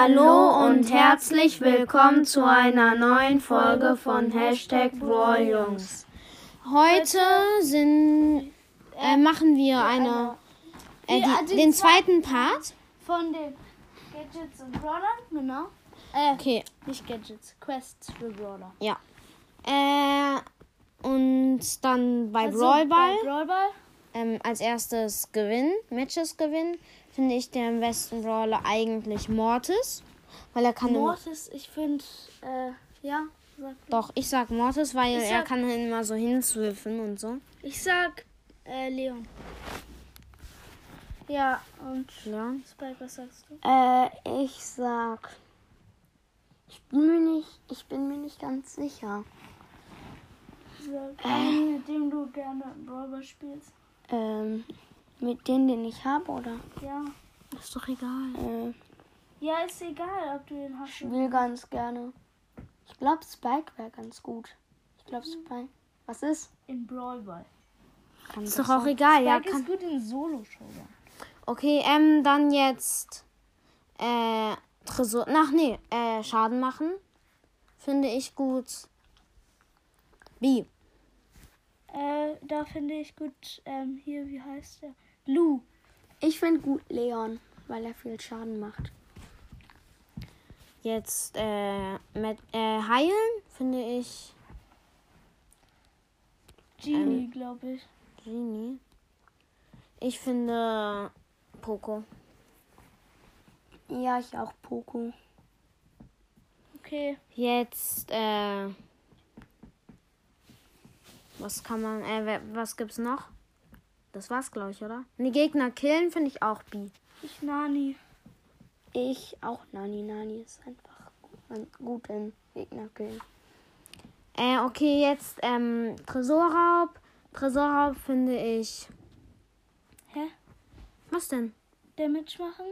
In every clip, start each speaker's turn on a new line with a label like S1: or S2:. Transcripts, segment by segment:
S1: Hallo und herzlich willkommen zu einer neuen Folge von Hashtag Brawljungs.
S2: Heute sind, äh, machen wir eine, äh, die, den zweiten Part.
S1: Von den Gadgets und Brawlern, genau.
S2: Okay,
S1: Nicht Gadgets, Quests für Brawler.
S2: ja. Äh, und dann Also bei Brawlball.
S1: Also bei Brawlball.
S2: Ähm, als erstes Gewinn, Matches Gewinn, finde ich den besten Brawler eigentlich Mortis. Weil er kann. immer-
S1: Mortis, ich finde, äh, ja. sag-
S2: Doch, ich sag Mortis, weil
S1: Ich
S2: er
S1: sag-
S2: kann immer so hinzwiffen und so.
S1: Ich sag, äh, Leon. Ja, und
S2: Ja.
S1: Spike, was sagst du?
S3: Äh, ich sag. Ich bin mir nicht, ich bin mir nicht ganz sicher. Äh.
S1: Sag, einen, mit dem du gerne Brawlball spielst.
S3: Ähm, mit denen, den ich habe, oder?
S1: Ja.
S3: Ist doch egal. Äh,
S1: Ja, ist egal, ob du den hast.
S3: ich will ganz gerne. Ich glaube, Spike wäre ganz gut. Ich glaube, Spike. Was ist?
S1: In Brawlball.
S3: Kann
S2: Ist
S3: das
S2: doch auch egal, ja.
S1: Spike
S2: Kann,
S1: ist gut in Solo-Showdown.
S2: Okay, ähm, dann jetzt äh, Tresor. Ach nee, äh, Schaden machen. Finde ich gut. B.
S1: Äh, da finde ich gut, ähm, hier, wie heißt der? Lou.
S3: Ich finde gut Leon, weil er viel Schaden macht.
S2: Jetzt äh, mit, äh, heilen finde ich
S1: Genie,
S2: Ähm.
S1: glaube ich.
S2: Genie. Ich finde Poco.
S3: Ja, ich auch Poco.
S1: Okay.
S2: Jetzt äh, was kann man? Äh, wer- was gibt's noch? Das war's glaube ich, oder? Die Gegner killen finde ich auch B.
S1: Ich Nani.
S3: Ich auch Nani. Nani ist einfach gut, gut im Gegner killen.
S2: Äh, okay, jetzt ähm, Tresorraub. Tresorraub finde ich.
S1: Hä?
S2: Was denn?
S1: Damage machen?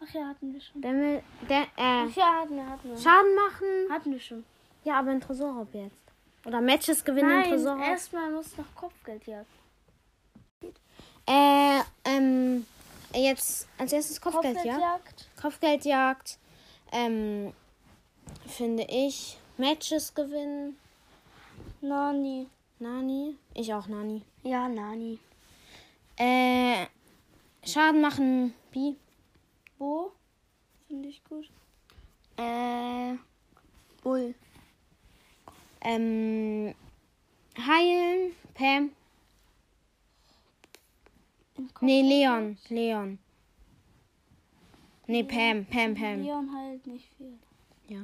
S1: Ach ja, hatten wir schon.
S2: Der, will- der, äh,
S3: Ja, hatten wir, hatten wir.
S2: Schaden machen?
S1: Hatten wir schon.
S2: Ja, aber in Tresorraub jetzt. Oder Matches gewinnen in
S1: Nein,
S2: Tresorraub.
S1: erstmal muss noch Kopfgeld jagen.
S2: Äh, ähm, jetzt als erstes Kopfgeldjagd.
S1: Kopfgeldjagd?
S2: Kopfgeldjagd. Ähm, finde ich. Matches gewinnen.
S3: Nani.
S2: Nani. Ich auch Nani.
S3: Ja, Nani.
S2: Äh, Schaden machen. B.
S1: Bo? Finde ich gut.
S3: Äh, Bull.
S2: Ähm, heilen, Pam. Nee, Leon, Leon. Nee, Pam, Pam, Pam.
S1: Leon heilt nicht viel.
S2: Ja.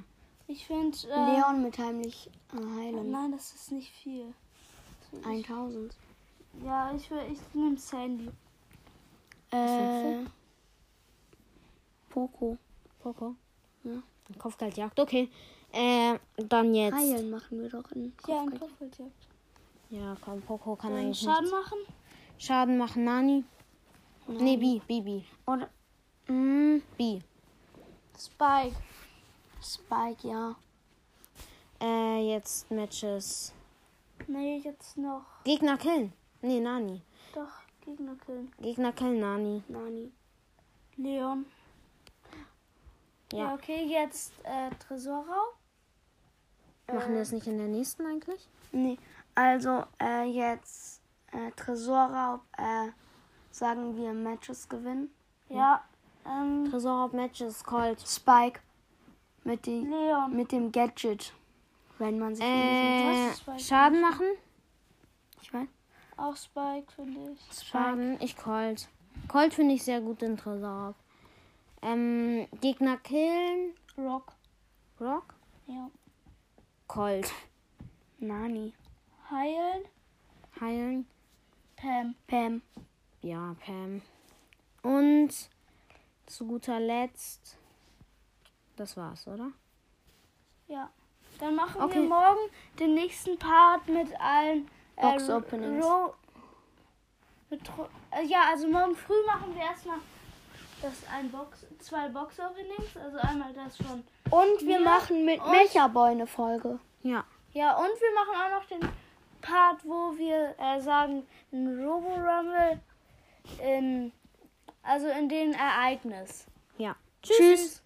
S1: Ich finde, äh,
S3: Leon mit heimlich äh, heilen.
S1: Nein, das ist nicht viel.
S3: 1000.
S1: Ja, ich, will- ich nehme Sandy.
S3: Äh, Poco.
S2: Poco.
S3: Ja.
S2: Kopfgeldjagd, okay. Äh, dann jetzt.
S3: Heilen machen wir doch in
S1: Ja, ein
S3: Kopfgeld.
S1: Kopfgeldjagd.
S2: Ja, komm, Poco kann
S1: Dann
S2: eigentlich
S1: Schaden
S2: Schaden.
S1: machen?
S2: Nicht. Schaden machen, Nani. Nee, B, B, B.
S3: Oder
S1: Mhm.
S2: Mm, B.
S1: Spike.
S3: Spike, ja.
S2: Äh, jetzt Matches.
S1: Nee, jetzt noch.
S2: Gegner killen. Nee, Nani.
S1: Doch, Gegner killen.
S2: Gegner killen, Nani.
S3: Nani.
S1: Leon. Ja,
S2: Ja.
S1: okay, jetzt äh, Tresorraub.
S2: Machen wir das nicht in der nächsten eigentlich?
S3: Nee, also äh, jetzt äh, Tresorraub, äh, sagen wir Matches gewinnen.
S1: Ja, ähm,
S2: Tresor Matches, Colt.
S3: Spike mit, die,
S1: Leon.
S3: mit dem Gadget, wenn man sich nicht-
S2: Äh,
S1: Was? Spike.
S2: Schaden machen?
S3: ich mein,
S1: Auch Spike, finde ich.
S2: Schaden, ich Colt. Colt finde ich sehr gut in Tresor. Ähm, Gegner killen.
S1: Rock.
S2: Rock?
S1: Ja.
S2: Colt.
S3: Nani.
S1: Heilen.
S2: Heilen.
S1: Pam.
S3: Pam.
S2: Ja, Pam. Und zu guter Letzt. Das war's, oder?
S1: Ja. Dann machen wir
S2: Okay.
S1: morgen den nächsten Part mit allen äh,
S3: Box-Openings.
S1: Ro- mit Ro- äh, ja, also morgen früh machen wir erstmal das ein Box, zwei Box-Openings. Also einmal das von
S3: Und wir
S1: Ja,
S3: machen mit
S1: und-
S3: Mechaboy eine Folge.
S2: Ja.
S1: Ja, und wir machen auch noch den Part, wo wir äh, sagen, ein Robo-Rumble, in, also in dem Ereignis.
S2: Ja.
S1: Tschüss.